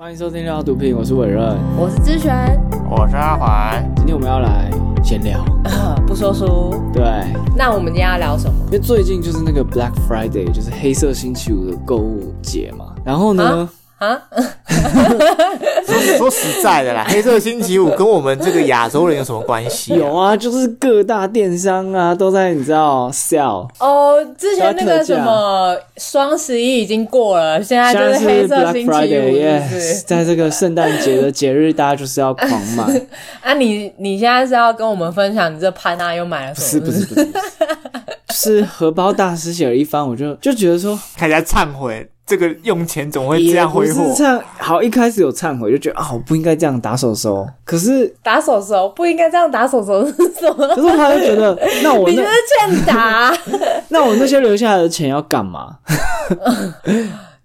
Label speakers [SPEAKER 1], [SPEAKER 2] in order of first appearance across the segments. [SPEAKER 1] 欢迎收听《聊毒品》，我是伟任。
[SPEAKER 2] 我是志璇，
[SPEAKER 3] 我是阿怀，
[SPEAKER 1] 今天我们要来闲聊，
[SPEAKER 2] 啊不说书。
[SPEAKER 1] 对，
[SPEAKER 2] 那我们今天要聊什么？
[SPEAKER 1] 因为最近就是那个 Black Friday，就是黑色星期五的购物节嘛。然后呢，
[SPEAKER 2] 啊，
[SPEAKER 3] 说实在 的啦，黑色星期五跟我们这个亚洲人有什么关系、
[SPEAKER 1] 有，啊，就是各大电商啊都在你知道 sell，
[SPEAKER 2] 哦，之前那
[SPEAKER 1] 要特
[SPEAKER 2] 个
[SPEAKER 1] 价
[SPEAKER 2] 什么双十一已经过了，现在
[SPEAKER 1] 现
[SPEAKER 2] 啊就
[SPEAKER 1] 在
[SPEAKER 2] 是黑色
[SPEAKER 1] Black
[SPEAKER 2] 星期五，是不
[SPEAKER 1] Friday，yes，
[SPEAKER 2] 是？
[SPEAKER 1] 在这个圣诞节的节日，大家就是要狂 买。
[SPEAKER 2] 啊，你你现在是要跟我们分享你这潘娜又买了
[SPEAKER 1] 不
[SPEAKER 2] 什
[SPEAKER 1] 是
[SPEAKER 2] 么？
[SPEAKER 1] 不是不是，不是就是荷包大失血了一番，我就就觉得说
[SPEAKER 3] 开始在忏悔，这个用钱总会这样挥
[SPEAKER 1] 也
[SPEAKER 3] 霍
[SPEAKER 1] 不。是忏好，一开始有忏悔，就觉得啊，我不应该这样打手手。可是
[SPEAKER 2] 打手手不应该这样打手手是什么？
[SPEAKER 1] 可是我后来就觉得，那我
[SPEAKER 2] 你就
[SPEAKER 1] 那
[SPEAKER 2] 是欠打。
[SPEAKER 1] 那我那些留下来的钱要干嘛？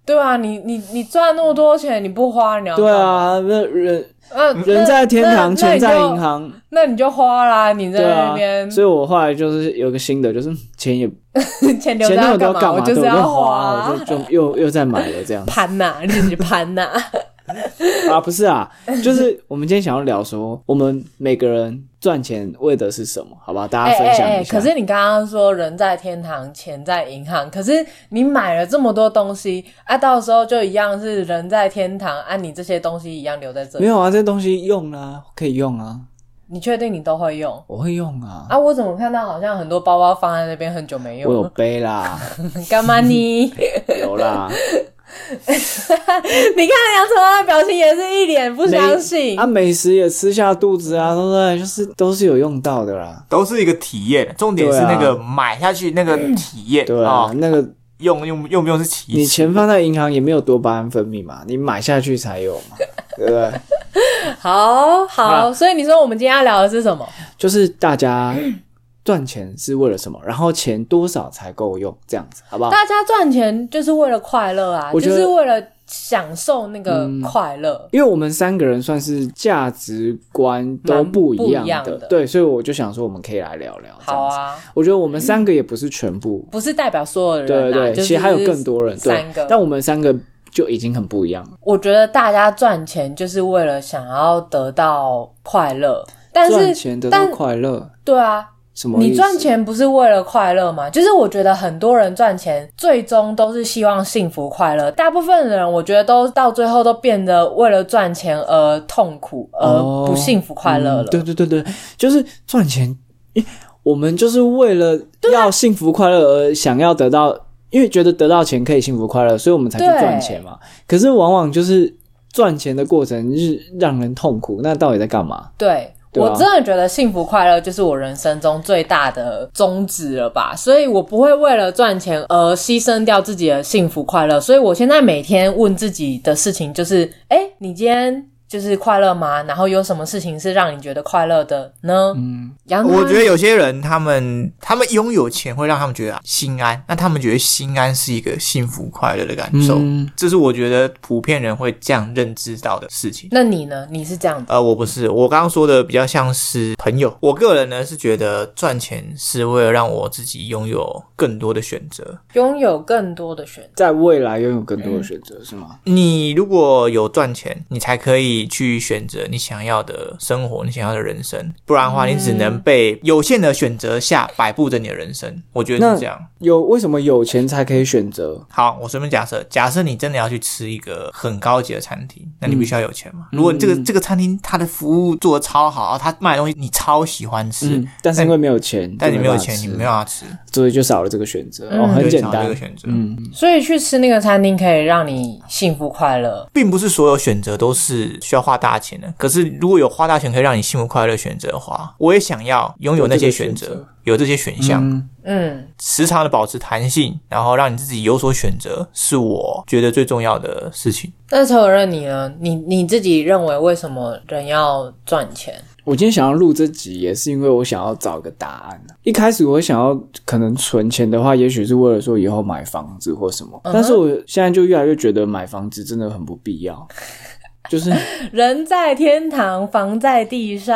[SPEAKER 2] 对啊，你你你赚那么多钱你不花，你要
[SPEAKER 1] 对，啊，那人
[SPEAKER 2] 嗯，那
[SPEAKER 1] 人在天堂，
[SPEAKER 2] 那
[SPEAKER 1] 钱在
[SPEAKER 2] 那你就
[SPEAKER 1] 银行，
[SPEAKER 2] 那你就花啦，你在
[SPEAKER 1] 对
[SPEAKER 2] 那
[SPEAKER 1] 啊
[SPEAKER 2] 边。
[SPEAKER 1] 所以我后来就是有个新的，就是嗯钱也
[SPEAKER 2] 钱留
[SPEAKER 1] 钱那
[SPEAKER 2] 着要
[SPEAKER 1] 么多
[SPEAKER 2] 嘛？
[SPEAKER 1] 嘛？对，
[SPEAKER 2] 就是
[SPEAKER 1] 我
[SPEAKER 2] 要
[SPEAKER 1] 就花，
[SPEAKER 2] 花
[SPEAKER 1] 我。就就又又再买了这 样
[SPEAKER 2] 潘娜，你就是潘娜。
[SPEAKER 1] 啊？不是啊，就是我们今天想要聊说，我们每个人赚钱为的是什么？好吧，大
[SPEAKER 2] 哎
[SPEAKER 1] 家分
[SPEAKER 2] 哎
[SPEAKER 1] 享
[SPEAKER 2] 哎！
[SPEAKER 1] 一下。
[SPEAKER 2] 可是你刚刚说人在天堂，钱在银行，可是你买了这么多东西啊，到时候就一样是人在天堂啊，你这些东西一样留在这
[SPEAKER 1] 没
[SPEAKER 2] 里。
[SPEAKER 1] 有啊，这东西用啊，可以用啊，
[SPEAKER 2] 你确定你都会用
[SPEAKER 1] 我会用啊，
[SPEAKER 2] 啊？我怎么看到好像很多包包放在那边很久没
[SPEAKER 1] 我
[SPEAKER 2] 用
[SPEAKER 1] 有
[SPEAKER 2] 了？
[SPEAKER 1] 背啦，
[SPEAKER 2] 干嘛 你？
[SPEAKER 1] 有 啦，
[SPEAKER 2] 你看杨丞琳的表情也是一脸不相信
[SPEAKER 1] 啊，。美食也吃下肚子啊，对不对？就是都是有用到的啦。
[SPEAKER 3] 都是一个体验，重点是
[SPEAKER 1] 对啊
[SPEAKER 3] 那个买下去那个体验
[SPEAKER 1] 对啊，
[SPEAKER 3] 哦
[SPEAKER 1] 那个
[SPEAKER 3] 用用用不用是其
[SPEAKER 1] 你
[SPEAKER 3] 次。
[SPEAKER 1] 钱放在银行也没有多巴胺分泌嘛，你买下去才有嘛， 对不对？
[SPEAKER 2] 好好，
[SPEAKER 1] 啊
[SPEAKER 2] 所以你说我们今天要聊的是什么？
[SPEAKER 1] 就是大家赚钱是为了什么，然后钱多少才够用，这样子好不好？
[SPEAKER 2] 大家赚钱就是为了快乐啊，
[SPEAKER 1] 我
[SPEAKER 2] 就
[SPEAKER 1] 觉得嗯
[SPEAKER 2] 是为了享受那个快乐。
[SPEAKER 1] 因为我们三个人算是价值观都不一样
[SPEAKER 2] 蛮不一样
[SPEAKER 1] 的，
[SPEAKER 2] 的
[SPEAKER 1] 对，所以我就想说我们可以来聊聊。这
[SPEAKER 2] 好
[SPEAKER 1] 样子，
[SPEAKER 2] 啊，
[SPEAKER 1] 我觉得我们三个也不是全部，
[SPEAKER 2] 不是代表所有人
[SPEAKER 1] 对
[SPEAKER 2] 啊，
[SPEAKER 1] 对，
[SPEAKER 2] 就
[SPEAKER 1] 其
[SPEAKER 2] 是
[SPEAKER 1] 实还有更多人，对
[SPEAKER 2] 三个，。
[SPEAKER 1] 但我们三个就已经很不一样了。
[SPEAKER 2] 我觉得大家赚钱就是为了想要得到快乐，但
[SPEAKER 1] 赚
[SPEAKER 2] 是
[SPEAKER 1] 钱得到
[SPEAKER 2] 但
[SPEAKER 1] 快乐，
[SPEAKER 2] 对啊，
[SPEAKER 1] 什么意思？
[SPEAKER 2] 你赚钱不是为了快乐吗？就是我觉得很多人赚钱最终都是希望幸福快乐，大部分人我觉得都到最后都变得为了赚钱而痛苦，
[SPEAKER 1] 呃
[SPEAKER 2] 而不幸福快乐了。
[SPEAKER 1] 哦嗯对对对对，就是赚钱，诶我们就是为了要幸福快乐而想要得到，因为觉得得到钱可以幸福快乐，所以我们才去
[SPEAKER 2] 对
[SPEAKER 1] 赚钱嘛。可是往往就是赚钱的过程是让人痛苦，那到底在干嘛？
[SPEAKER 2] 对。
[SPEAKER 1] 对啊
[SPEAKER 2] 我真的觉得幸福快乐就是我人生中最大的宗旨了吧，所以我不会为了赚钱而牺牲掉自己的幸福快乐。所以我现在每天问自己的事情就是：哎、你今天就是快乐吗？然后有什么事情是让你觉得快乐的呢？嗯，杨
[SPEAKER 3] 我
[SPEAKER 2] 澜
[SPEAKER 3] 觉得有些人他们他们拥有钱会让他们觉得心安，那他们觉得心安是一个幸福快乐的感受，
[SPEAKER 1] 嗯
[SPEAKER 3] 这是我觉得普遍人会这样认知到的事情。
[SPEAKER 2] 那你呢？你是这样的，
[SPEAKER 3] 呃，我不是，我刚刚说的比较像是朋友。我个人呢是觉得赚钱是为了让我自己拥有更多的选择。
[SPEAKER 2] 拥有更多的选择。
[SPEAKER 1] 在未来拥有更多的选择、是吗？
[SPEAKER 3] 你如果有赚钱，你才可以去选择你想要的生活，你想要的人生。不然的话，你只
[SPEAKER 1] 嗯
[SPEAKER 3] 能被有限的选择下摆布着你的人生。我觉得
[SPEAKER 1] 那
[SPEAKER 3] 是这样。
[SPEAKER 1] 有为什么有钱才可以选择？
[SPEAKER 3] 好，我随便假设，假设你真的要去吃一个很高级的餐厅，那你
[SPEAKER 1] 嗯
[SPEAKER 3] 必须要有钱嘛。如果你这个这个餐厅它的服务做的超好，它卖的东西你超喜欢吃，
[SPEAKER 1] 嗯，但是因为没有钱，
[SPEAKER 3] 但你
[SPEAKER 1] 就
[SPEAKER 3] 没有
[SPEAKER 1] 办法
[SPEAKER 3] 钱，你
[SPEAKER 1] 吃
[SPEAKER 3] 没办法吃，
[SPEAKER 1] 所以就少了这个选择、
[SPEAKER 2] 嗯
[SPEAKER 1] 哦，很
[SPEAKER 3] 对
[SPEAKER 1] 简
[SPEAKER 3] 想到这
[SPEAKER 1] 单
[SPEAKER 3] 个，选择。
[SPEAKER 1] 嗯，
[SPEAKER 2] 所以去吃那个餐厅可以让你幸福快乐。
[SPEAKER 3] 并不是所有选择都是需要花大钱的。可是如果有花大钱可以让你幸福快乐的选择的话，我也想要拥有那些选
[SPEAKER 1] 有这个选
[SPEAKER 3] 择，有这些选项，
[SPEAKER 1] 嗯
[SPEAKER 2] 嗯，
[SPEAKER 3] 时常的保持弹性，然后让你自己有所选择，是我觉得最重要的事情。
[SPEAKER 2] 那承认你呢？你你自己认为为什么人要赚钱？
[SPEAKER 1] 我今天想要录这集，也是因为我想要找个答案。啊一开始我想要可能存钱的话，也许是为了说以后
[SPEAKER 2] 嗯
[SPEAKER 1] 买房子或什么，但是我现在就越来越觉得买房子真的很不必要。就是
[SPEAKER 2] 人在天堂，房在地上。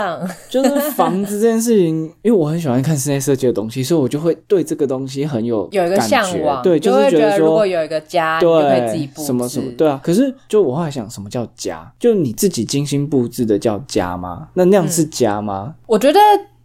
[SPEAKER 1] 就是房子这件事情，因为我很喜欢看室内设计的东西，所以我就会对这个东西很有
[SPEAKER 2] 有一个
[SPEAKER 1] 感
[SPEAKER 2] 向
[SPEAKER 1] 觉
[SPEAKER 2] 往，
[SPEAKER 1] 对，
[SPEAKER 2] 就
[SPEAKER 1] 就是
[SPEAKER 2] 会
[SPEAKER 1] 觉
[SPEAKER 2] 觉得如
[SPEAKER 1] 说
[SPEAKER 2] 果有一个家，你就可以自己布
[SPEAKER 1] 对，
[SPEAKER 2] 置
[SPEAKER 1] 什么什么，对啊。可是就我后来想，什么叫家？就你自己精心布置的叫家吗？那那样是家吗？
[SPEAKER 2] 我觉得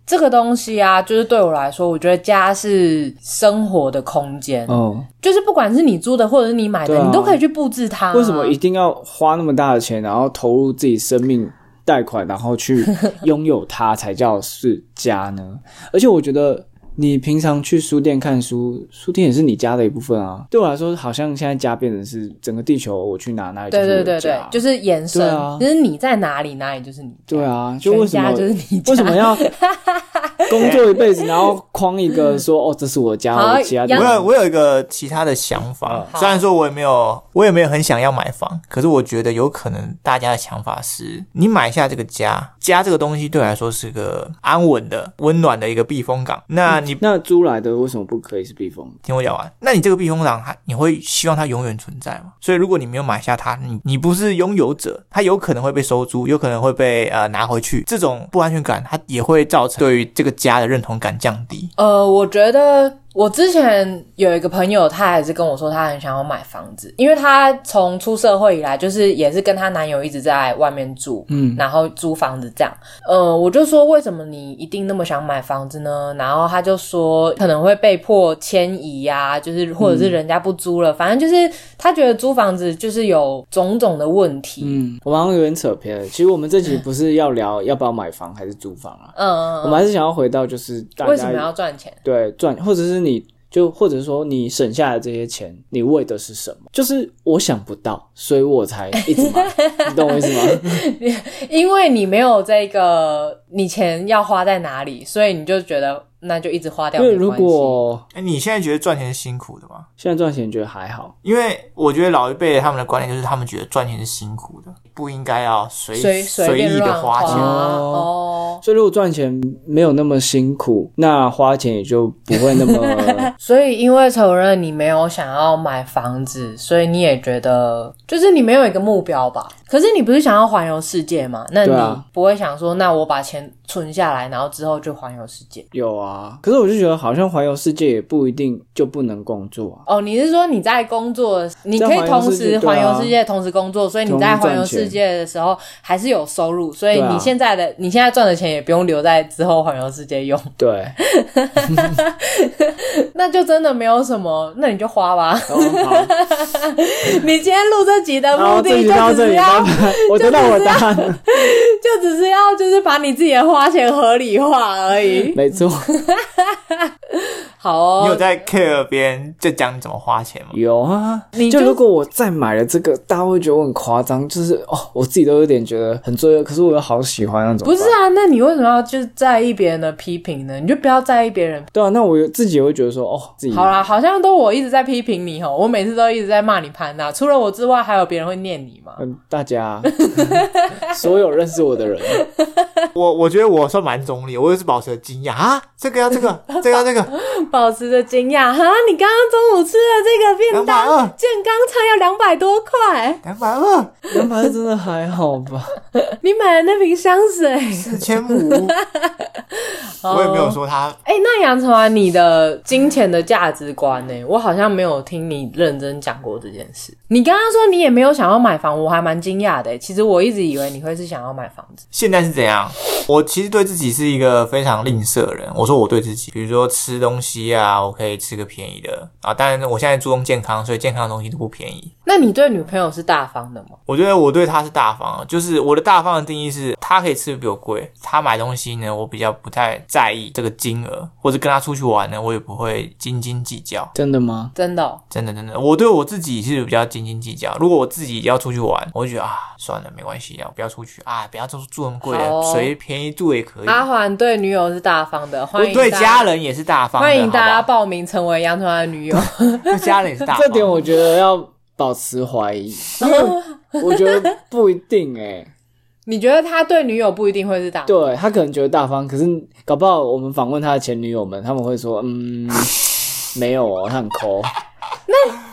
[SPEAKER 2] 这个东西啊，就是对我来说，我觉得家是生活的空间，
[SPEAKER 1] 哦，
[SPEAKER 2] 就是不管是你租的或者是你买的，
[SPEAKER 1] 对啊
[SPEAKER 2] 你都可以去布置它啊、
[SPEAKER 1] 为什么一定要花那么大的钱，然后投入自己生命贷款，然后去拥有它才叫是家呢？ 而且我觉得。你平常去书店看书，书店也是你家的一部分啊。对我来说，好像现在家变成是整个地球，我去哪哪里就是
[SPEAKER 2] 对
[SPEAKER 1] 我
[SPEAKER 2] 对
[SPEAKER 1] 的
[SPEAKER 2] 对对
[SPEAKER 1] 家，
[SPEAKER 2] 就是延伸，
[SPEAKER 1] 对啊
[SPEAKER 2] 就是你在哪里，哪里就是你。
[SPEAKER 1] 对，啊，就为什么
[SPEAKER 2] 全家就是你家
[SPEAKER 1] 为什么 要工作一辈子，然后框一个说哦，这是我家，
[SPEAKER 2] 好
[SPEAKER 1] 我其他地
[SPEAKER 2] 杨
[SPEAKER 1] 方
[SPEAKER 3] 我有我有一个其他的想法，
[SPEAKER 2] 好
[SPEAKER 3] 虽然说我也没有我也没有很想要买房，可是我觉得有可能大家的想法是，你买下这个家，家这个东西对我来说是个安稳的、温暖的一个避风港。那你
[SPEAKER 1] 那租来的为什么不可以是避风？
[SPEAKER 3] 听我讲完，那你这个避风港，它你会希望它永远存在吗？所以如果你没有买下它，你你不是拥有者，它有可能会被收租，有可能会被呃拿回去，这种不安全感，它也会造成对于这个家的认同感降低。
[SPEAKER 2] 呃，我觉得我之前有一个朋友，她也是跟我说，她很想要买房子，因为她从出社会以来，就是也是跟她男友一直在外面住，嗯，然后租房子这样。呃，我就说为什么你一定那么想买房子呢？然后她就说可能会被迫迁移啊，就是或者是人家不租了，反正就是她觉得租房子就是有种种的问题。嗯
[SPEAKER 1] 嗯，我们好像有点扯偏了。其实我们这集不是要聊要不要买房还是租房啊，
[SPEAKER 2] 嗯
[SPEAKER 1] 我们还是想要回到就是大家
[SPEAKER 2] 嗯，为什么要赚钱？
[SPEAKER 1] 对赚，或者是你就或者说你省下来这些钱，你为的是什么？就是我想不到，所以我才一直 买，你懂我意思吗？
[SPEAKER 2] 因为你没有这个，你钱要花在哪里，所以你就觉得那就一直花掉
[SPEAKER 1] 因为
[SPEAKER 2] 没关系。
[SPEAKER 1] 如果
[SPEAKER 3] 哎，你现在觉得赚钱是辛苦的吗？
[SPEAKER 1] 现在赚钱觉得还好，
[SPEAKER 3] 因为我觉得老一辈他们的观念就是，他们觉得赚钱是辛苦的，不应该要随
[SPEAKER 2] 随随便
[SPEAKER 3] 意
[SPEAKER 2] 乱
[SPEAKER 3] 的花钱。
[SPEAKER 2] 哦，
[SPEAKER 1] 所以如果赚钱没有那么辛苦，那花钱也就不会那 么
[SPEAKER 2] 所以因为承认你没有想要买房子，所以你也觉得就是你没有一个目标吧。可是你不是想要环游世界吗？那
[SPEAKER 1] 对
[SPEAKER 2] 你
[SPEAKER 1] 啊
[SPEAKER 2] 不会想说，那我把钱存下来，然后之后就环游世界？
[SPEAKER 1] 有啊。可是我就觉得好像环游世界也不一定就不能工作 啊。
[SPEAKER 2] 哦，你是说你在工作，你
[SPEAKER 1] 在
[SPEAKER 2] 可以
[SPEAKER 1] 环游
[SPEAKER 2] 同
[SPEAKER 1] 世界对
[SPEAKER 2] 时
[SPEAKER 1] 啊
[SPEAKER 2] 环游世界，同时工作，所以你
[SPEAKER 1] 同时
[SPEAKER 2] 在环
[SPEAKER 1] 赚
[SPEAKER 2] 游世
[SPEAKER 1] 钱
[SPEAKER 2] 界的时候还是有收入，所以
[SPEAKER 1] 对啊
[SPEAKER 2] 你现在的、你现在赚的钱也不用留在之后环游世界用，
[SPEAKER 1] 对，
[SPEAKER 2] 那就真的没有什么，那你就花吧。
[SPEAKER 1] 然后好，
[SPEAKER 2] 你今天录这集的
[SPEAKER 1] 然后
[SPEAKER 2] 目
[SPEAKER 1] 这
[SPEAKER 2] 的
[SPEAKER 1] 集到
[SPEAKER 2] 就只
[SPEAKER 1] 这
[SPEAKER 2] 是
[SPEAKER 1] 里，
[SPEAKER 2] 要
[SPEAKER 1] 拜拜。我得到我答案了，
[SPEAKER 2] 就只是要就是把你自己的花钱合理化而已。
[SPEAKER 1] 没 错，
[SPEAKER 2] 好
[SPEAKER 3] 你有
[SPEAKER 2] 哦，
[SPEAKER 3] 在 care 别人在讲你怎么花钱吗？
[SPEAKER 1] 有啊。
[SPEAKER 2] 你
[SPEAKER 1] 就
[SPEAKER 2] 就
[SPEAKER 1] 如果我再买了这个，大家会觉得我很夸张，就是哦，我自己都有点觉得很罪恶，可是我又好喜欢那种。
[SPEAKER 2] 不是啊，那你为什么要就是在意别人的批评呢？你就不要在意别人。
[SPEAKER 1] 对啊，那我有自己也会觉得说，哦，自己
[SPEAKER 2] 好啦，好像都我一直在批评你吼，我每次都一直在骂你潘娜，除了我之外，还有别人会念你吗？
[SPEAKER 1] 嗯，大家 所有认识我的人，
[SPEAKER 3] 我我觉得我算蛮中立，我也是保持着惊讶啊，这个要这 个，这个要这个，
[SPEAKER 2] 保持着惊讶哈，你刚刚中午吃的这个便当
[SPEAKER 3] 220，
[SPEAKER 2] 健康餐要两百多块，
[SPEAKER 3] 两百二，
[SPEAKER 1] 两百真的还好吧？
[SPEAKER 2] 你买了那瓶香水，
[SPEAKER 3] 四千五， 我也没有说他。
[SPEAKER 2] 哎、那杨成啊，你的金钱的价值观呢、我好像没有听你认真讲过这件事。你刚刚说你也没有想要买房，我还蛮惊讶的、欸其实我一直以为你会是想要买房子。
[SPEAKER 3] 现在是怎样？我其实对自己是一个非常吝啬的人。我说我对自己，比如说吃东西啊，我可以吃个便宜的啊。当然，我现在注重健康，所以健康的东西都不便宜。
[SPEAKER 2] 那你对女朋友是大方的吗？
[SPEAKER 3] 我觉得我对他是大方，就是我的大方的定义是，他可以吃的比我贵，他买东西呢，我比较不太在意这个金额，或者跟他出去玩呢，我也不会斤斤计较。
[SPEAKER 1] 真的吗？
[SPEAKER 2] 真的、哦，
[SPEAKER 3] 真的真的，我对我自己是比较斤斤计较。如果我自己要出去玩，我就觉得啊，算了，没关系啊，我不要出去啊，不要住住那么贵
[SPEAKER 2] 好
[SPEAKER 3] 的，
[SPEAKER 2] 哦
[SPEAKER 3] 随、便宜住也可以。
[SPEAKER 2] 阿环对女友是大方的，
[SPEAKER 3] 我
[SPEAKER 2] 欢迎
[SPEAKER 3] 对
[SPEAKER 2] 大
[SPEAKER 3] 家。人也是大方的，
[SPEAKER 2] 欢迎大家
[SPEAKER 3] 好
[SPEAKER 2] 报名成为杨成安的女友。
[SPEAKER 3] 不好对家人也是大方的。
[SPEAKER 1] 这点我觉得要保持怀疑，因为我觉得不一定哎、
[SPEAKER 2] 你觉得他对女友不一定会是大方？
[SPEAKER 1] 对他可能觉得大方，可是搞不好我们 访问他的前女友们，他们会说，嗯，没有哦，他很抠。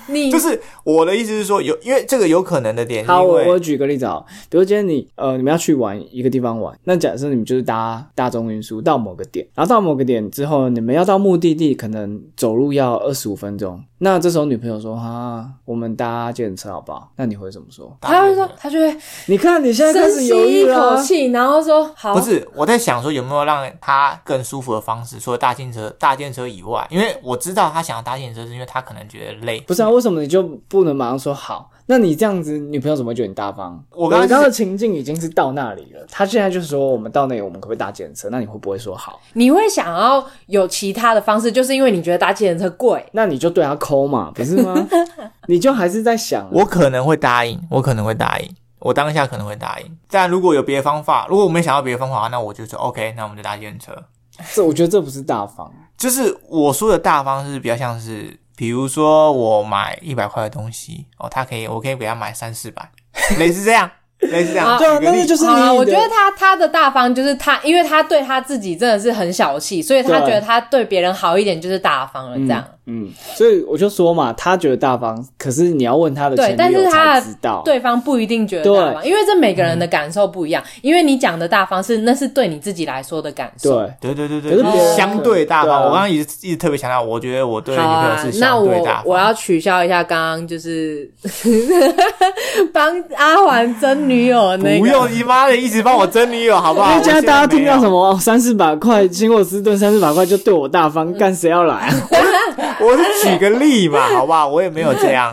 [SPEAKER 2] 你
[SPEAKER 3] 就是我的意思是说，有因为这个有可能的点，
[SPEAKER 1] 好，
[SPEAKER 3] 因
[SPEAKER 1] 我我
[SPEAKER 3] 为
[SPEAKER 1] 举个例子啊，比如今天你呃你们要去玩一个地方玩，那假设你们就是搭大众运输到某个点，然后到某个点之后，你们要到目的地，可能走路要二十五分钟。那这时候女朋友说：“哈，我们搭计程车好不好？”那你会怎么说？
[SPEAKER 2] 他会说，他就会
[SPEAKER 1] 你看你现在开
[SPEAKER 2] 深
[SPEAKER 1] 始
[SPEAKER 2] 吸
[SPEAKER 1] 犹豫
[SPEAKER 2] 一
[SPEAKER 1] 了啊
[SPEAKER 2] 口。气，然后说好，
[SPEAKER 3] 不是我在想说有没有让他更舒服的方式，除了搭电车、搭电车以外，因为我知道他想要搭电车是因为他可能觉得累。
[SPEAKER 1] 不是啊，为什么你就不能马上说好？那你这样子，女朋友怎么会觉得你大方？
[SPEAKER 3] 我刚刚是
[SPEAKER 1] 刚的情境已经是到那里了，她现在就说我们到那里，我们可不可以搭检测？那你会不会说好？
[SPEAKER 2] 你会想要有其他的方式，就是因为你觉得搭计程车贵，
[SPEAKER 1] 那你就对她抠嘛，不是吗？你就还是在想啊
[SPEAKER 3] 我可能会答应，我可能会答应，我当下可能会答应。但如果有别的方法，如果我没想到别的方法，那我就说 OK，那我们就搭电车。
[SPEAKER 1] 这我觉得这不是大方，
[SPEAKER 3] 就是我说的大方是比较像是，比如说我买一百块的东西，哦，他可以，我可以给他买三四百，类似这样，类似这样。
[SPEAKER 2] 啊
[SPEAKER 1] 对啊
[SPEAKER 3] 举个例
[SPEAKER 1] 那就是
[SPEAKER 2] 好啦
[SPEAKER 1] 你的
[SPEAKER 2] 我觉得他他的大方就是他，因为他对他自己真的是很小气，所以他
[SPEAKER 1] 对
[SPEAKER 2] 觉得他对别人好一点就是大方了，这样。
[SPEAKER 1] 嗯，嗯，所以我就说嘛，他觉得大方，可是你要问他的
[SPEAKER 2] 对
[SPEAKER 1] 前，
[SPEAKER 2] 但
[SPEAKER 1] 女
[SPEAKER 2] 是
[SPEAKER 1] 友
[SPEAKER 2] 他
[SPEAKER 1] 才
[SPEAKER 2] 的
[SPEAKER 1] 知道，，
[SPEAKER 2] 对方不一定觉得大方，因为这每个人的
[SPEAKER 3] 嗯
[SPEAKER 2] 感受不一样。因为你讲的大方是那是对你自己来说的感受。
[SPEAKER 1] 对，
[SPEAKER 3] 对对对
[SPEAKER 1] 可是别
[SPEAKER 3] 对，
[SPEAKER 1] 人
[SPEAKER 3] 相对大
[SPEAKER 1] 对
[SPEAKER 3] 方。
[SPEAKER 1] 啊
[SPEAKER 3] 我刚刚一直一直特别强调，我觉得我对女
[SPEAKER 2] 好
[SPEAKER 3] 朋友
[SPEAKER 2] 啊
[SPEAKER 3] 是，
[SPEAKER 2] 那
[SPEAKER 3] 相对
[SPEAKER 2] 我
[SPEAKER 3] 大
[SPEAKER 2] 我
[SPEAKER 3] 方。
[SPEAKER 2] 要取消一下刚刚就是 帮阿环争女友的那个，
[SPEAKER 3] 不用你妈的一直帮我争女友，好不好？
[SPEAKER 1] 因为现在大家听到什
[SPEAKER 3] 么？
[SPEAKER 1] 么哦三四百块，请我吃顿三四百块就对我大方，干谁要来啊？
[SPEAKER 3] 我是举个例嘛，好不好？我也没有这样，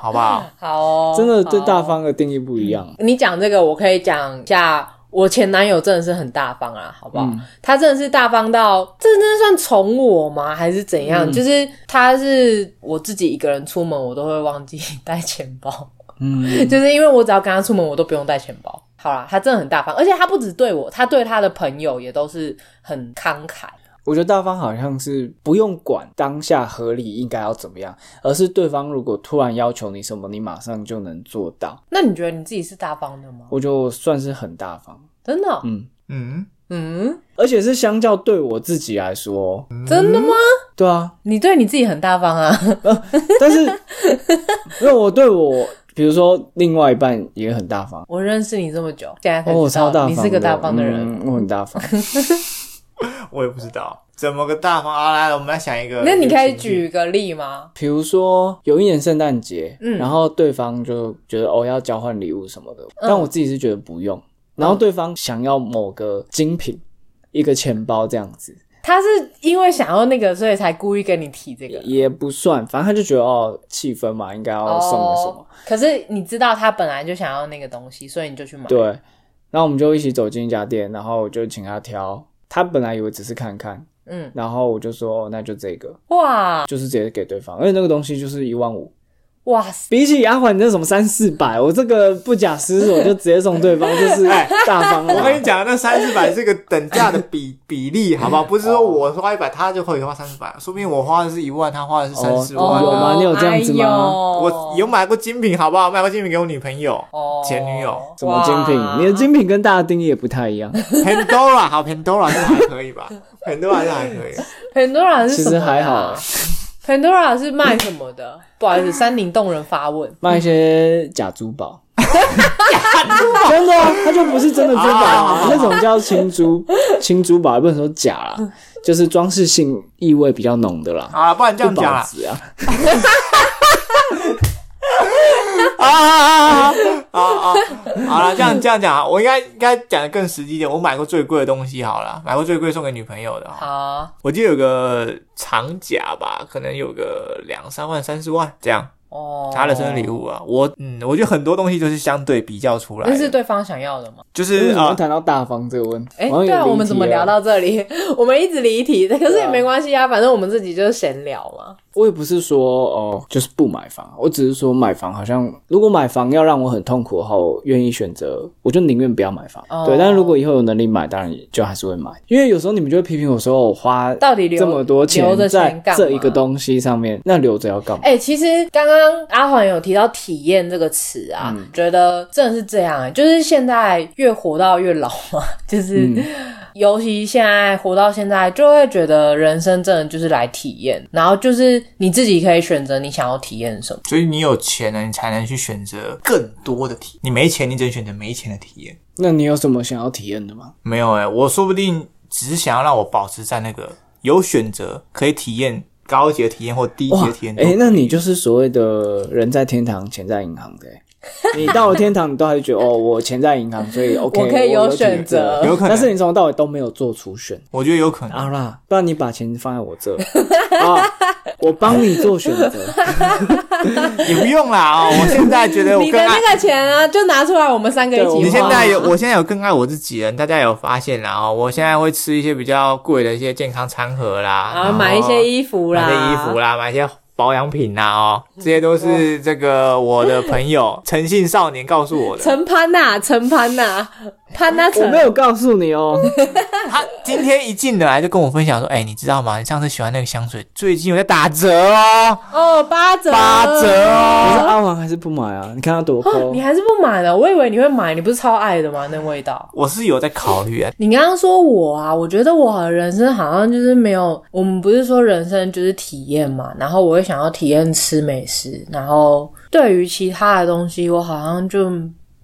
[SPEAKER 3] 好不好？
[SPEAKER 2] 好哦，
[SPEAKER 1] 真的对
[SPEAKER 2] 好哦
[SPEAKER 1] 大方的定义不一样。
[SPEAKER 2] 你讲这个，我可以讲一下。我前男友真的是很大方啊，好不好？
[SPEAKER 1] 嗯
[SPEAKER 2] 他真的是大方到，这真的算宠我吗？还是怎
[SPEAKER 1] 嗯
[SPEAKER 2] 样？就是他是我自己一个人出门，我都会忘记带钱包，
[SPEAKER 1] 嗯，
[SPEAKER 2] 就是因为我只要跟他出门，我都不用带钱包。好啦，他真的很大方，而且他不只对我，他对他的朋友也都是很慷慨。
[SPEAKER 1] 我觉得大方好像是不用管当下合理应该要怎么样，而是对方如果突然要求你什么，你马上就能做到。
[SPEAKER 2] 那你觉得你自己是大方的吗？
[SPEAKER 1] 我就算是很大方，
[SPEAKER 2] 真的哦、
[SPEAKER 3] 嗯，
[SPEAKER 2] 嗯，
[SPEAKER 1] 而且是相较对我自己来说，
[SPEAKER 2] 真的吗？
[SPEAKER 1] 对啊，
[SPEAKER 2] 你对你自己很大方啊，
[SPEAKER 1] 但是因为我对我，比如说另外一半也很大方，
[SPEAKER 2] 我认识你这么久，现在才
[SPEAKER 1] 哦，我
[SPEAKER 2] 知
[SPEAKER 1] 超大
[SPEAKER 2] 道
[SPEAKER 1] 方，
[SPEAKER 2] 哎你是个大方的人。
[SPEAKER 1] 嗯我很大方。
[SPEAKER 3] 我也不知道怎么个大方。啊，来，我们来想一个。
[SPEAKER 2] 那你可以举个例吗？
[SPEAKER 1] 比如说有一年圣诞节，
[SPEAKER 2] 嗯
[SPEAKER 1] 然后对方就觉得哦要交换礼物什么的，
[SPEAKER 2] 嗯
[SPEAKER 1] 但我自己是觉得不用。然后对方想要某个精品，一个钱包这样子
[SPEAKER 2] 他是因为想要那个，所以才故意跟你提这个。
[SPEAKER 1] 也不算，反正他就觉得哦气氛嘛，应该要送个什么。
[SPEAKER 2] 哦可是你知道他本来就想要那个东西，所以你就去买。
[SPEAKER 1] 对，然后我们就一起走进一家店，然后我就请他挑。他本来以为只是看看，
[SPEAKER 2] 嗯，
[SPEAKER 1] 然后我就说、哦、那就这个，
[SPEAKER 2] 哇
[SPEAKER 1] 就是直接给对方，而且那个东西就是一万五。
[SPEAKER 2] 哇塞，
[SPEAKER 1] 比起牙环那什么三四百，我这个不假思索就直接送对方， 就是哎大方
[SPEAKER 3] 我跟
[SPEAKER 1] 了
[SPEAKER 3] 你。讲，那三四百是个等价的比比例，好不好？不是说我花一百，他就可以花三四百，说不定我花的是一万，他花的是三四
[SPEAKER 1] 哦
[SPEAKER 3] 万。
[SPEAKER 1] 有吗你有这样子吗
[SPEAKER 2] 哎呦
[SPEAKER 3] 我有买过精品，好不好？买过精品给我女朋友
[SPEAKER 2] 哦
[SPEAKER 3] 前女友
[SPEAKER 1] 什么精
[SPEAKER 2] 哇
[SPEAKER 1] 品？你的精品跟大家定义也不太一样，
[SPEAKER 3] ，Pandora，好，Pandora 这还可以吧？Pandora 这还 可以。
[SPEAKER 2] Pandora 是
[SPEAKER 1] 其
[SPEAKER 2] 什
[SPEAKER 1] 实
[SPEAKER 2] 么的啊
[SPEAKER 1] 还好，
[SPEAKER 2] Pandora 是卖什么的？不好意思，山林动人发问。
[SPEAKER 1] 卖一些假珠宝。真的啊，它就不是真的珠宝啊，那种叫青 珠，青珠宝也不能说假啦，就是装饰性意味比较浓的啦，
[SPEAKER 3] 好了，不然这样
[SPEAKER 1] 不
[SPEAKER 3] 讲
[SPEAKER 1] 保
[SPEAKER 3] 啦，
[SPEAKER 1] 值啊。
[SPEAKER 3] 啊 啊啊啊啊！好了，这样这样讲啊，我应该应该讲的更实际一点。我买过最贵的东西好了，买过最贵送给女朋友的。
[SPEAKER 2] 好
[SPEAKER 3] 我记得有个长甲吧，可能有个两三万、三四万这样，
[SPEAKER 2] 哦，
[SPEAKER 3] 他的生日礼。物啊。我嗯，我觉得很多东西就是相对比较出来
[SPEAKER 2] 那是嗯
[SPEAKER 3] 的，
[SPEAKER 2] 对方想要的吗？
[SPEAKER 3] 就是
[SPEAKER 1] 我们
[SPEAKER 3] 啊，
[SPEAKER 1] 谈到大方这个问题，
[SPEAKER 2] 呃哎、
[SPEAKER 1] 好像有
[SPEAKER 2] 对啊，
[SPEAKER 1] 离
[SPEAKER 2] 我们怎么
[SPEAKER 1] 题了
[SPEAKER 2] 聊？到这里？ 我们一直离题，可是
[SPEAKER 1] 对啊
[SPEAKER 2] 也没关系啊，反正我们自己就是闲聊嘛。
[SPEAKER 1] 我也不是说哦，就是不买房，我只是说买房好像，如果买房要让我很痛苦的话，我愿意选择，我就宁愿不要买房。
[SPEAKER 2] 哦
[SPEAKER 1] 对，但如果以后有能力买，当然就还是会买，因为有时候你们就会批评我说我花
[SPEAKER 2] 到底留
[SPEAKER 1] 这么多
[SPEAKER 2] 留着钱
[SPEAKER 1] 在
[SPEAKER 2] 干嘛
[SPEAKER 1] 这一个东西上面，那留着要干嘛？
[SPEAKER 2] 哎、其实刚刚阿环有提到“体验”这个词啊，
[SPEAKER 3] 嗯
[SPEAKER 2] 觉得真的是这样、欸，就是现在越活到越老嘛， 就是、
[SPEAKER 3] 嗯
[SPEAKER 2] 尤其现在活到现在，就会觉得人生真的就是来体验，然后就是你自己可以选择你想要体验什么。
[SPEAKER 3] 所以你有钱了，你才能去选择更多的体验。你没钱，你只能选择没钱的体验。
[SPEAKER 1] 那你有什么想要体验的吗？
[SPEAKER 3] 没有哎、我说不定只是想要让我保持在那个有选择，可以体验高级的体验或低级
[SPEAKER 1] 哇
[SPEAKER 3] 的体验，都。
[SPEAKER 1] 哎、那你就是所谓的人在天堂，钱在银行的、欸。你到了天堂，你都还是觉得哦，我钱在银行，所 以 OK，
[SPEAKER 2] 我可以有
[SPEAKER 1] 有
[SPEAKER 2] 选择
[SPEAKER 3] 有可能
[SPEAKER 1] 但是你从头到尾都没有做出选。
[SPEAKER 3] 我觉得有可能。
[SPEAKER 1] 好啦，不然你把钱放在我这， 啊，我帮你做选择。
[SPEAKER 3] 也不用啦哦，我现在 觉得我
[SPEAKER 2] 你的
[SPEAKER 3] 更爱。
[SPEAKER 2] 那个钱啊，就拿出来，我们三个一
[SPEAKER 1] 对我
[SPEAKER 2] 起
[SPEAKER 1] 们
[SPEAKER 3] 你现
[SPEAKER 2] 花。
[SPEAKER 3] 在有，我现在有更爱我自己了，大家有发现啦哦，我现在会吃一些比较贵的一些健康餐盒啦，
[SPEAKER 2] 然后啊买一些衣服
[SPEAKER 3] 服
[SPEAKER 2] 啦，嗯
[SPEAKER 3] 买一些衣服啦，买一些保养品啦哦，这些都是这个我的 朋友诚信少年告诉我的。
[SPEAKER 2] 陈潘呐，陈潘呐，潘呐
[SPEAKER 1] 我
[SPEAKER 2] 陈
[SPEAKER 1] 没。有告诉你 哦，
[SPEAKER 3] 他今天一进来就跟我分享说，哎，你知道吗？你上次喜欢那个香水，最近有在打折 哦，
[SPEAKER 2] 哦，八折，
[SPEAKER 3] 八折
[SPEAKER 1] 你是
[SPEAKER 3] 哦。
[SPEAKER 1] 阿王还是不买啊？你看他多
[SPEAKER 2] 哦
[SPEAKER 1] 抠
[SPEAKER 2] 你，还是不买的？我以为你会买，你不是超爱的吗？那味道。
[SPEAKER 3] 我是有在考虑啊，
[SPEAKER 2] 你刚刚说我啊，我觉得我的人生好像就是没有，我们不是说人生就是体验嘛，然后我会想要体验吃美食，然后对于其他的东西，我好像就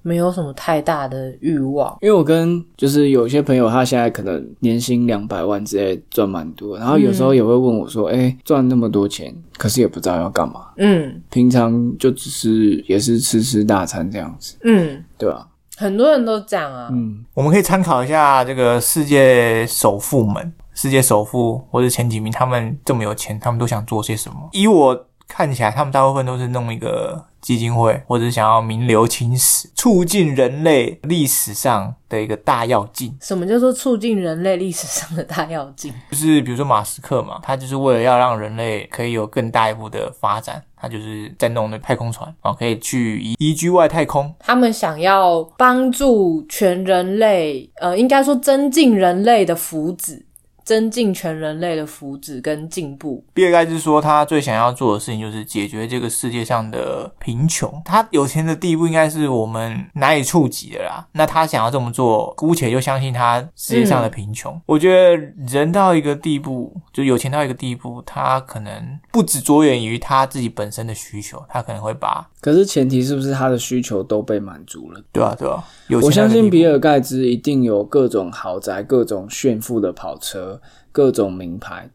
[SPEAKER 2] 没有什么太大的欲望。
[SPEAKER 1] 因为我跟就是有些朋友，他现在可能年薪两百万之类赚蛮多，然后有时候也会问我说，哎、赚那么多钱，可是也不知道要干嘛。
[SPEAKER 2] 嗯
[SPEAKER 1] 平常就只是也是吃吃大餐这样子，
[SPEAKER 2] 嗯，
[SPEAKER 1] 对吧、
[SPEAKER 2] 很多人都这样啊。
[SPEAKER 1] 嗯，
[SPEAKER 3] 我们可以参考一下这个世界首富们，世界首富或者前几名，他们这么有钱，他们都想做些什么？以我看起来，他们大部分都是弄一个基金会，或者是想要名留青史，促进人类历史上的一个大跃进。
[SPEAKER 2] 什么叫做促进人类历史上的大跃进？
[SPEAKER 3] 就是比如说马斯克嘛，他就是为了要让人类可以有更大一步的发展，他就是在弄那太空船哦，可以去移移居外太空。
[SPEAKER 2] 他们想要帮助全人类，呃，应该说增进人类的福祉，增进全人类的福祉跟进步。
[SPEAKER 3] 比尔盖茨说，他最想要做的事情就是解决这个世界上的贫穷。他有钱的地步应该是我们难以触及的啦。那他想要这么做，姑且就相信他世界上的贫穷。我觉得人到一个地步，就有钱到一个地步，他可能不只着眼于他自己本身的需求，他可能会把
[SPEAKER 1] 可是前提是不是他的需求都被满足了？
[SPEAKER 3] 对啊对啊，有钱
[SPEAKER 1] 我
[SPEAKER 3] 到一
[SPEAKER 1] 相
[SPEAKER 3] 个
[SPEAKER 1] 信
[SPEAKER 3] 地步
[SPEAKER 1] 比尔盖茨一定有各种豪宅、各种炫富的跑车、各种名牌，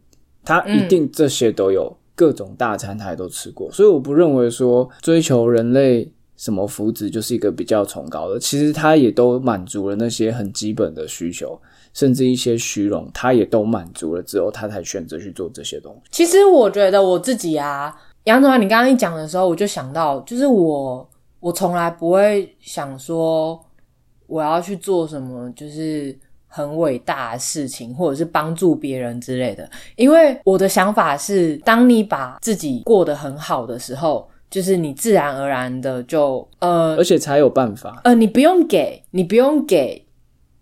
[SPEAKER 1] 他一定这些都有，各种大餐他也都吃过。所以我不认为说追求人类什么福祉就是一个比较崇高的，其实他也都满足了那些很基本的需求，甚至一些虚荣，他也都满足了之后，他才选择去做这些东西。
[SPEAKER 2] 其实我觉得我自己啊，杨总啊，你刚刚一讲的时候，我就想到，就是我我从来不会想说我要去做什么，就是很伟大的事情，或者是帮助别人之类的。因为我的想法是，当你把自己过得很好的时候，就是你自然而然的就呃
[SPEAKER 1] 而且才有办法，
[SPEAKER 2] 呃，你不用给，你不用给，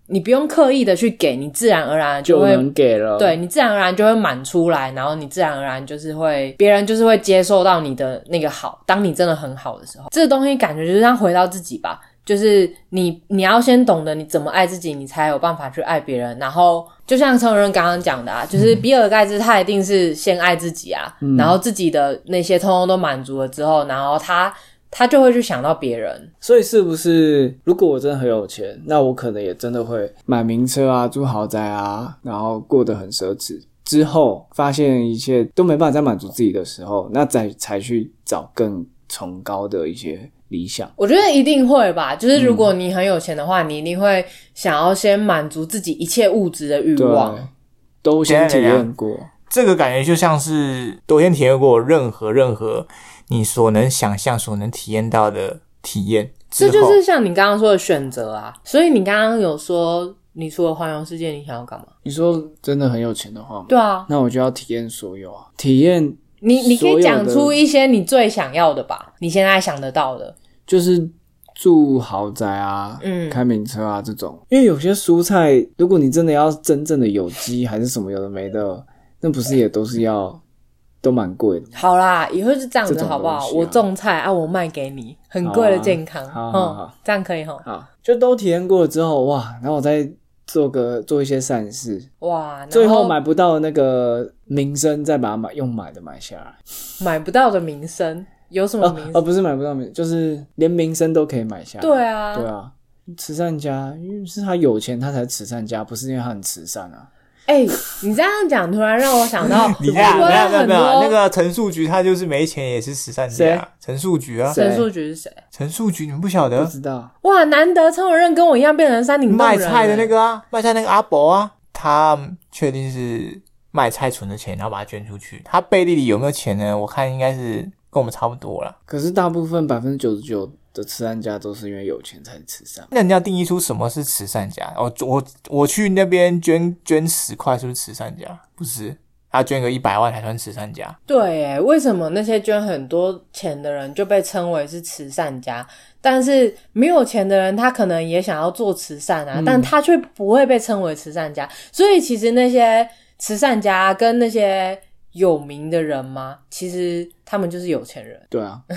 [SPEAKER 2] 你不用刻意的去给，你自然而然
[SPEAKER 1] 就
[SPEAKER 2] 会
[SPEAKER 1] 能给了。
[SPEAKER 2] 对，你自然而然就会满出来，然后你自然而然就是会，别人就是会接受到你的那个好。当你真的很好的时候，这个东西感觉就是像回到自己吧，就是你你要先懂得你怎么爱自己，你才有办法去爱别人。然后就像陈主任刚刚讲的啊，
[SPEAKER 1] 嗯
[SPEAKER 2] 就是比尔盖茨他一定是先爱自己啊，然后自己的那些通通都满足了之后，然后他他就会去想到别人。
[SPEAKER 1] 所以是不是，如果我真的很有钱，那我可能也真的会买名车啊，住豪宅啊，然后过得很奢侈。之后发现一切都没办法再满足自己的时候，那再才去找更崇高的一些理想。
[SPEAKER 2] 我觉得一定会吧，就是如
[SPEAKER 1] 嗯
[SPEAKER 2] 果你很有钱的话，你一定会想要先满足自己一切物质的欲
[SPEAKER 1] 对
[SPEAKER 2] 望。
[SPEAKER 1] 啊，都先体验过。
[SPEAKER 3] 这个感觉就像是都先体验过任何任何你所能想象、所能体验到的体验之
[SPEAKER 2] 这
[SPEAKER 3] 后，
[SPEAKER 2] 就是像你刚刚说的选择啊。所以你刚刚有说，你除了环游世界，你想要干嘛？
[SPEAKER 1] 你说真的很有钱的话吗？
[SPEAKER 2] 对啊，
[SPEAKER 1] 那我就要体验所有啊，体验
[SPEAKER 2] 你你可
[SPEAKER 1] 所有
[SPEAKER 2] 以
[SPEAKER 1] 的
[SPEAKER 2] 讲出一些你最想要的吧，你现在想得到的。
[SPEAKER 1] 就是住豪宅啊，
[SPEAKER 2] 嗯
[SPEAKER 1] 开名车啊这种。因为有些蔬菜，如果你真的要真正的有机还是什么有的没的，那不是也都是要都蛮贵的吗。
[SPEAKER 2] 好啦，以后就这样
[SPEAKER 1] 这
[SPEAKER 2] 子
[SPEAKER 1] 种
[SPEAKER 2] 好不好？
[SPEAKER 1] 东西啊
[SPEAKER 2] 我种菜啊，我卖给你，很贵的健康，
[SPEAKER 1] 好啊好好好
[SPEAKER 2] 嗯，这样可以哈。
[SPEAKER 1] 啊，就都体验过了之后，哇，然后我再做个做一些善事，
[SPEAKER 2] 哇，然
[SPEAKER 1] 最后买不到那个名声，再把它买用买的买下来。
[SPEAKER 2] 买不到的名声有什么
[SPEAKER 1] 哦
[SPEAKER 2] 名
[SPEAKER 1] 哦，
[SPEAKER 2] 声？
[SPEAKER 1] 不是买不到名，就是连名声都可以买下来。
[SPEAKER 2] 对啊，
[SPEAKER 1] 对啊，慈善家，因为是他有钱，他才慈善家，不是因为他很慈善啊。
[SPEAKER 2] 哎、你这样讲，突然让我想到，
[SPEAKER 3] 你
[SPEAKER 2] 会
[SPEAKER 3] 看，
[SPEAKER 2] 不
[SPEAKER 3] 没有没
[SPEAKER 2] 会
[SPEAKER 3] 有
[SPEAKER 2] 很
[SPEAKER 3] 没有，
[SPEAKER 2] 多
[SPEAKER 3] 那个陈树菊他就是没钱也是慈善
[SPEAKER 1] 谁
[SPEAKER 3] 家，陈树菊啊，
[SPEAKER 1] 谁
[SPEAKER 2] 陈述局是谁？
[SPEAKER 3] 陈树菊你们不晓
[SPEAKER 1] 不
[SPEAKER 3] 得
[SPEAKER 1] 知道，
[SPEAKER 2] 哇，难得陈伟任跟我一样变成山顶洞人欸
[SPEAKER 3] 卖菜的那个啊，卖菜那个阿伯啊，他确定是卖菜存的钱，然后把它捐出去。他背地里有没有钱呢？我看应该是跟我们差不多啦。
[SPEAKER 1] 可是大部分百分之九十九的慈善家都是因为有钱才慈善。
[SPEAKER 3] 那你要定义出什么是慈善家？哦，我我去那边捐捐十块，是不是慈善家？不是，他捐个一百万才算慈善家。
[SPEAKER 2] 对，哎，为什么那些捐很多钱的人就被称为是慈善家，但是没有钱的人他可能也想要做慈善啊，
[SPEAKER 3] 嗯
[SPEAKER 2] 但他却不会被称为慈善家。所以其实那些慈善家跟那些有名的人嘛，其实他们就是有钱人。
[SPEAKER 1] 对啊，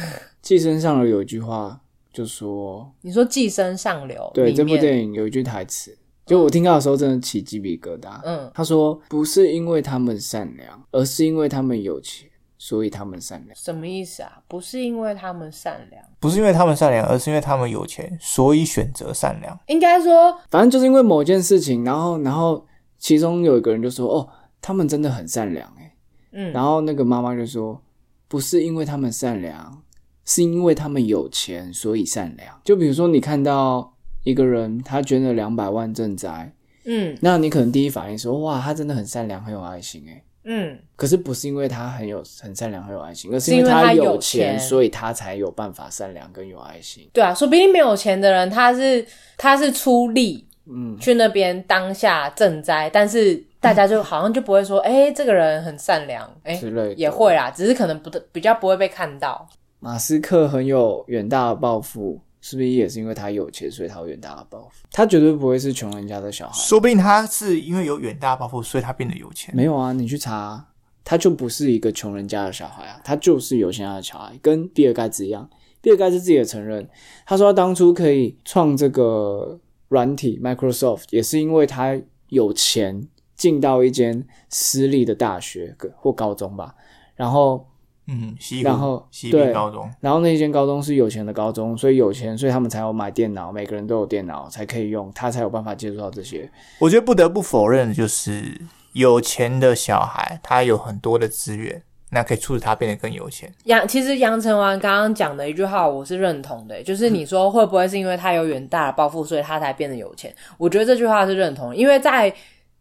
[SPEAKER 1] 寄生上流有一句话就说，
[SPEAKER 2] 你说《寄生上流》
[SPEAKER 1] 对
[SPEAKER 2] 里
[SPEAKER 1] 这部
[SPEAKER 2] 面
[SPEAKER 1] 电影有一句台词，就我听到的时候真的起鸡皮疙瘩。
[SPEAKER 2] 嗯，
[SPEAKER 1] 他说：“不是因为他们善良，而是因为他们有钱，所以他们善良。
[SPEAKER 2] 什么意思啊？不是因为他们善良，
[SPEAKER 3] 不是因为他们善良，而是因为他们有钱，所以选择善良。
[SPEAKER 2] 应该说
[SPEAKER 1] 反正就是因为某件事情，然后，然后其中有一个人就说：‘哦，他们真的很善良。’哎，
[SPEAKER 2] 嗯
[SPEAKER 1] 然后那个妈妈就说：‘不是因为他们善良，是因为他们有钱，所以善良。’就比如说，你看到一个人他捐了两百万赈灾，
[SPEAKER 2] 嗯
[SPEAKER 1] 那你可能第一反应说：‘哇，他真的很善良，很有爱心。’哎，
[SPEAKER 2] 嗯，
[SPEAKER 1] 可是不是因为他很有很善良很有爱心，而是
[SPEAKER 2] 是因为
[SPEAKER 1] 他
[SPEAKER 2] 他有
[SPEAKER 1] 有
[SPEAKER 2] 钱
[SPEAKER 1] 所以他才有办法善良跟有爱心。
[SPEAKER 2] 对啊，说不定没有钱的人，他是他是出力，
[SPEAKER 1] 嗯，
[SPEAKER 2] 去那边当下赈灾，但是大家 就好像就不会说，哎、这个人很善良，哎、
[SPEAKER 1] 之类的
[SPEAKER 2] 也会啦，只是可能不比较不会被看到。
[SPEAKER 1] 马斯克很有远大的抱负，是不是也是因为他有钱，所以他有远大的抱负？他绝对不会是穷人家的小孩。
[SPEAKER 3] 说不定他是因为有远大抱负，所以他变得有钱。
[SPEAKER 1] 没有啊，你去查，他就不是一个穷人家的小孩啊，他就是有钱家的小孩，跟比尔盖茨一样。比尔盖茨自己也承认，他说他当初可以创这个软体 Microsoft，也是因为他有钱进到一间私立的大学或高中吧，然后
[SPEAKER 3] 嗯，西
[SPEAKER 1] 然后
[SPEAKER 3] 谷西北
[SPEAKER 1] 对
[SPEAKER 3] 高中，
[SPEAKER 1] 然后那间高中是有钱的高中，所以有钱，所以他们才有买电脑，每个人都有电脑才可以用，他才有办法接触到这些。
[SPEAKER 3] 我觉得不得不否认的就是有钱的小孩，他有很多的资源，那可以促使他变得更有钱。
[SPEAKER 2] 杨，其实杨成完刚刚讲的一句话，我是认同的，就是你说会不会是因为他有远大的抱负，所以他才变得有钱？我觉得这句话是认同的，因为在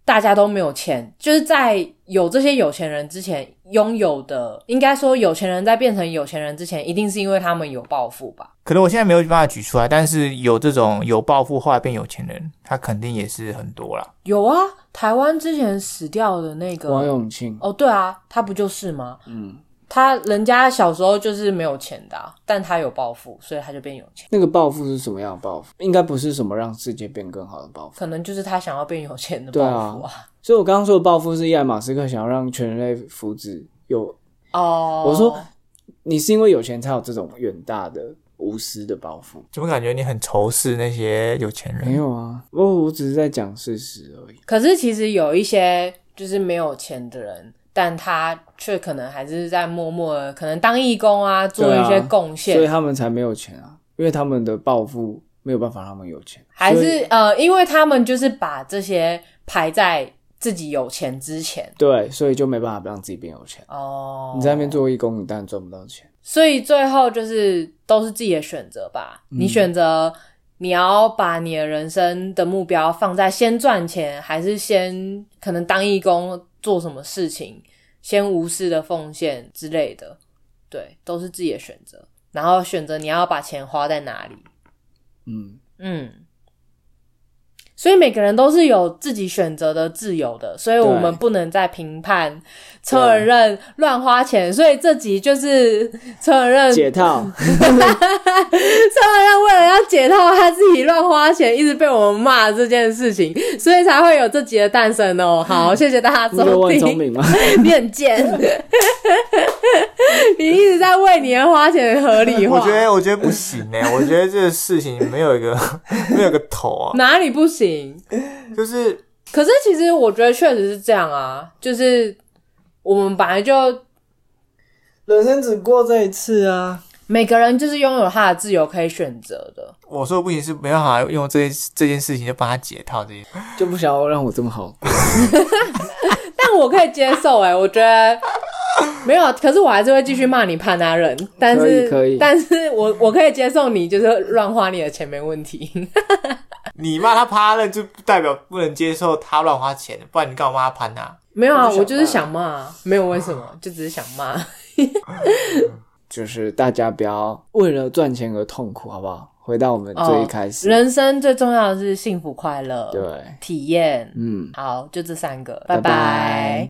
[SPEAKER 2] 大家都没有钱，就是在有这些有钱人之前，拥有的应该说有钱人在变成有钱人之前，一定是因为他们有抱负吧？
[SPEAKER 3] 可能我现在没有办法举出来，但是有这种有抱负后来变有钱的人，他肯定也是很多啦。
[SPEAKER 2] 有啊，台湾之前死掉的那个
[SPEAKER 1] 王永庆，
[SPEAKER 2] 哦，对啊，他不就是吗？
[SPEAKER 1] 嗯，
[SPEAKER 2] 他人家小时候就是没有钱的啊、但他有抱负，所以他就变有钱。
[SPEAKER 1] 那个抱负是什么样的抱负？应该不是什么让世界变更好的抱负。
[SPEAKER 2] 可能就是他想要变有钱的
[SPEAKER 1] 对啊
[SPEAKER 2] 抱负啊。
[SPEAKER 1] 所以我刚刚说的报复是伊尔马斯克想要让全人类福祉有，
[SPEAKER 2] 哦，
[SPEAKER 1] 我说你是因为有钱才有这种远大的无私的抱负。
[SPEAKER 3] 怎么感觉你很仇视那些有钱
[SPEAKER 1] 没
[SPEAKER 3] 人？
[SPEAKER 1] 有啊，我我只是在讲事实而已。
[SPEAKER 2] 可是其实有一些就是没有钱的人，但他却可能还是在默默的，可能当义工啊，做一些贡
[SPEAKER 1] 所以
[SPEAKER 2] 献，
[SPEAKER 1] 他们才没有钱啊，因为他们的抱负没有办法让他们有钱，
[SPEAKER 2] 还
[SPEAKER 1] 所以
[SPEAKER 2] 是呃，因为他们就是把这些排在自己有钱之前。
[SPEAKER 1] 对，所以就没办法让自己变有钱。
[SPEAKER 2] 哦，
[SPEAKER 1] 你在那边做义工，你当然赚不到钱。
[SPEAKER 2] 所以最后就是都是自己的选择吧。你选择你要把你的人生的目标放在先赚钱，还是先可能当义工做什么事情，先无私的奉献之类的，对，都是自己的选择。然后选择你要把钱花在哪里，
[SPEAKER 1] 嗯，
[SPEAKER 2] 嗯。所以每个人都是有自己选择的自由的，所以我们
[SPEAKER 1] 对
[SPEAKER 2] 不能再评判车尔任乱花钱。所以这集就是车尔任
[SPEAKER 1] 嗯解 套，
[SPEAKER 2] 蔡文亮为了要解套他自己乱花钱，一直被我们骂这件事情，所以才会有这集的诞生哦。好，谢谢大家
[SPEAKER 1] 你觉得
[SPEAKER 2] 收
[SPEAKER 1] 嗯我很
[SPEAKER 2] 听。
[SPEAKER 1] 聪明吗？
[SPEAKER 2] 你很贱， 你一直在为你的花钱合理化。
[SPEAKER 3] 我觉得，我觉得 不行呢、我觉得这个事情没有一个没有一个头啊。
[SPEAKER 2] 哪里不行？
[SPEAKER 3] 就是
[SPEAKER 2] 可是其实我觉得确实是这样啊，就是我们本来就
[SPEAKER 1] 人生只过这一次啊。
[SPEAKER 2] 每个人就是拥有他的自由可以选择的。
[SPEAKER 3] 我说的不行是没办法用这这件事情就帮他解套这些。
[SPEAKER 1] 就不想要让我这么好。
[SPEAKER 2] 但我可以接受哎、我觉得没有，啊可是我还是会继续骂你帕纳人，但是
[SPEAKER 1] 可以
[SPEAKER 2] 但是我我可以接受你就是乱花你的钱没 问题。
[SPEAKER 3] 你骂他趴了，就代表不能接受他乱花钱，不然你干嘛骂他攀他？
[SPEAKER 2] 没有啊，
[SPEAKER 1] 我
[SPEAKER 2] 我
[SPEAKER 1] 就
[SPEAKER 2] 就
[SPEAKER 1] 想骂啊
[SPEAKER 2] 是想骂，没有为什么，就只是想骂。
[SPEAKER 1] 就是大家不要为了赚钱而痛苦，好不好？回到我们
[SPEAKER 2] 哦
[SPEAKER 1] 最一开始，
[SPEAKER 2] 人生最重要的是幸福快乐，
[SPEAKER 1] 对，
[SPEAKER 2] 体验。
[SPEAKER 1] 嗯。
[SPEAKER 2] 好，就这三个，
[SPEAKER 1] 拜
[SPEAKER 2] 拜
[SPEAKER 1] 拜
[SPEAKER 2] 拜